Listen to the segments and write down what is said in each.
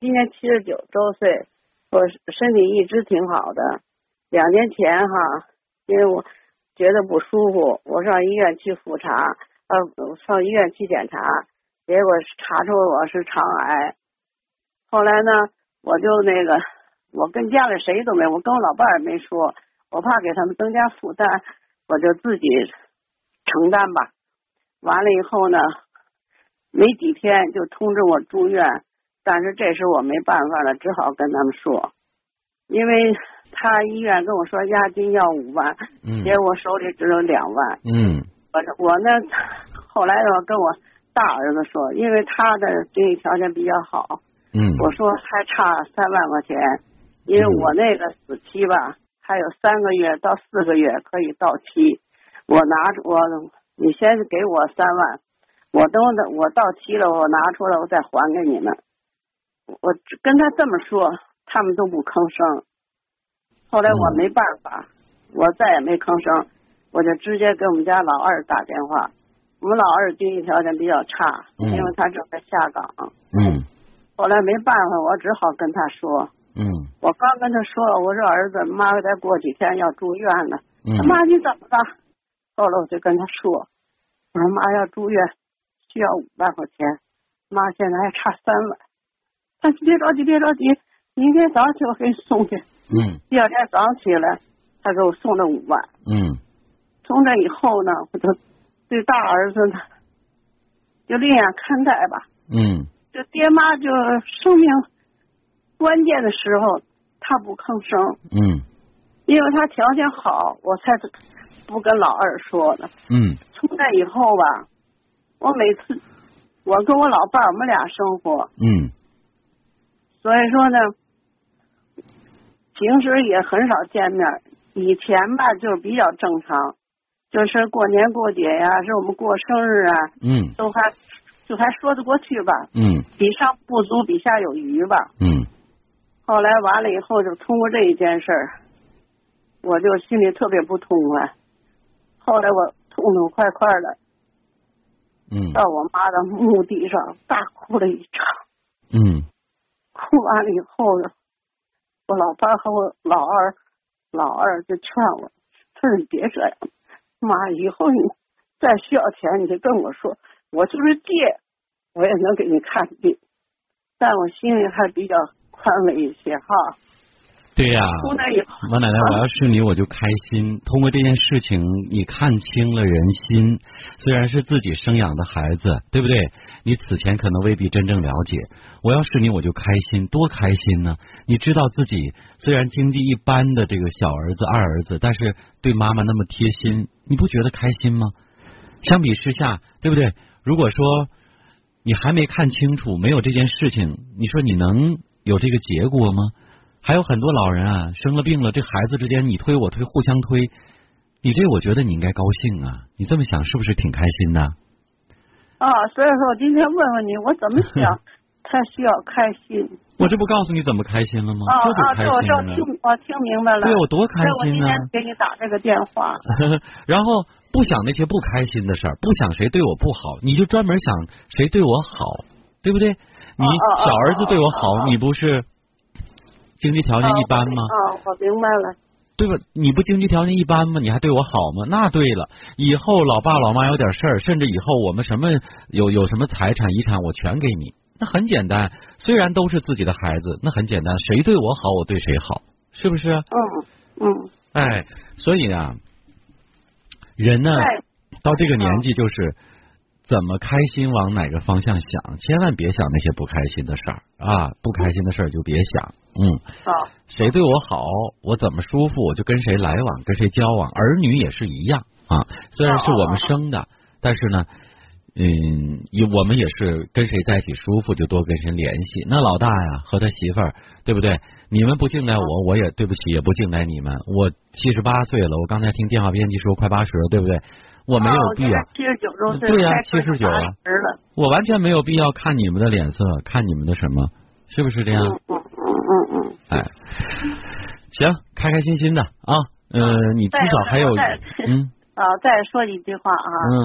今年七十九周岁，我身体一直挺好的。两年前哈，因为我觉得不舒服，我上医院去复查，呃，上医院去检查，结果查出我是肠癌。后来呢，我就那个，我跟家里谁都没，我跟我老伴儿也没说，我怕给他们增加负担，我就自己承担吧。完了以后呢，没几天就通知我住院，但是这时我没办法了，只好跟他们说，因为他医院跟我说押金要五万，嗯结果手里只有两万。嗯我这我呢， 后来我跟我大儿子说，因为他的经济条件比较好，嗯我说还差三万块钱，因为我那个死期吧，还有三个月到四个月可以到期，我拿出我你先给我三万，我等我我到期了，我拿出来我再还给你们。我跟他这么说，他们都不吭声。后来我没办法，我再也没吭声，我就直接给我们家老二打电话。我们老二经济条件比较差，嗯因为他正在下岗。嗯后来没办法，我只好跟他说，嗯我刚跟他说了，我说儿子，妈再过几天要住院了，嗯妈你怎么了？后来我就跟他说，我说妈要住院，需要五万块钱，妈现在还差三万，但是别着急，别着急，明天早上起我给你送去。嗯第二天早上起来，他给我送了五万。嗯从这以后呢，我就对大儿子呢，就另眼看待吧。嗯就爹妈就生命关键的时候，他不吭声，嗯因为他条件好，我才不跟老二说的。嗯从那以后吧，我每次我跟我老伴儿，我们俩生活，嗯所以说呢，平时也很少见面儿。以前吧，就是比较正常，就是过年过节呀、是我们过生日啊，嗯都还就还说得过去吧，嗯比上不足，比下有余吧。嗯后来完了以后，就通过这一件事儿，我就心里特别不痛快。后来我痛痛快快的嗯到我妈的墓地上大哭了一场。嗯哭完了以后呢，我老伴儿和我老二，老二就劝我，他说你别这样，妈，以后你再需要钱你就跟我说，我就是借，我也能给你看病。但我心里还比较宽慰一些哈。对呀、从那以后，王奶奶，我要是你，我就开心。通过这件事情，你看清了人心。虽然是自己生养的孩子，对不对？你此前可能未必真正了解。我要是你，我就开心，多开心呢！你知道自己虽然经济一般的这个小儿子、二儿子，但是对妈妈那么贴心，你不觉得开心吗？相比之下，对不对？如果说你还没看清楚，没有这件事情，你说你能有这个结果吗？还有很多老人啊，生了病了，这孩子之间你推我推，互相推，你这我觉得你应该高兴啊！你这么想是不是挺开心的？啊，所以说我今天问问你，我怎么 想，他需要开心我这不告诉你怎么开心了吗？啊哦这就啊！开这我这心了听。我听明白了，对，我多开所以我今心啊！哦天给你打这个电话， 然后不想那些不开心的事儿，不想谁对我不好，你就专门想谁对我好，对不对？你哦哦小儿子对我好，哦哦你不是经济条件一般吗？啊，我明白了。对吧？你不经济条件一般吗？你还对我好吗？那对了，以后老爸老妈有点事儿，甚至以后我们什么有有什么财产遗产，我全给你。那很简单，虽然都是自己的孩子，那很简单，谁对我好，我对谁好，是不是？嗯嗯，哎，所以啊，人呢，对，到这个年纪就是怎么开心往哪个方向想，千万别想那些不开心的事儿啊，不开心的事儿就别想，嗯。好，谁对我好，我怎么舒服，我就跟谁来往，跟谁交往。儿女也是一样啊，虽然是我们生的，但是呢，嗯，也我们也是跟谁在一起舒服就多跟谁联系。那老大呀和他媳妇儿，对不对？你们不敬待我，我也对不起，也不敬待你们。我七十八岁了，我刚才听电话编辑说快八十了，对不对？我没有哦啊必要，七十九周岁，对呀快79啊80了。我完全没有必要看你们的脸色，看你们的什么，是不是这样？嗯嗯嗯嗯嗯。哎，行，开开心心的啊，呃，你至再少还有，再嗯啊，再说一句话啊，嗯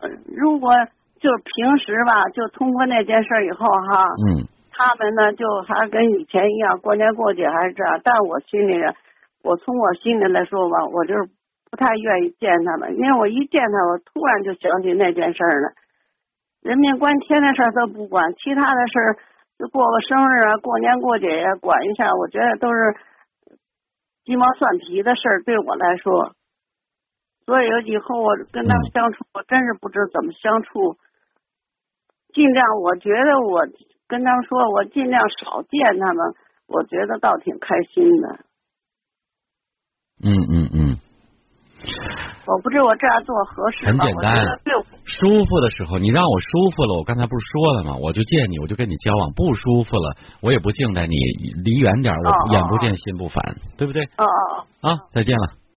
呃如果就平时吧，就通过那件事儿以后哈，嗯他们呢就还跟以前一样，过年过节还是这样。但我心里呢，我从我心里来说吧，我就是不太愿意见他们，因为我一见他，我突然就想起那件事儿了。人命关天的事儿都不管，其他的事儿就过个生日啊、过年过节呀、管一下，我觉得都是鸡毛蒜皮的事儿，对我来说。所以以后我跟他们相处，我真是不知怎么相处。尽量，我觉得我跟他们说，我尽量少见他们，我觉得倒挺开心的。嗯嗯嗯，我不知道我这样做合适吗？很简单我觉得对哦我舒服的时候，你让我舒服了，我刚才不是说了吗？我就见你，我就跟你交往，不舒服了，我也不敬待你，离远点儿，哦哦我眼不哦见心不烦，对不对？哦哦哦。啊，再见了。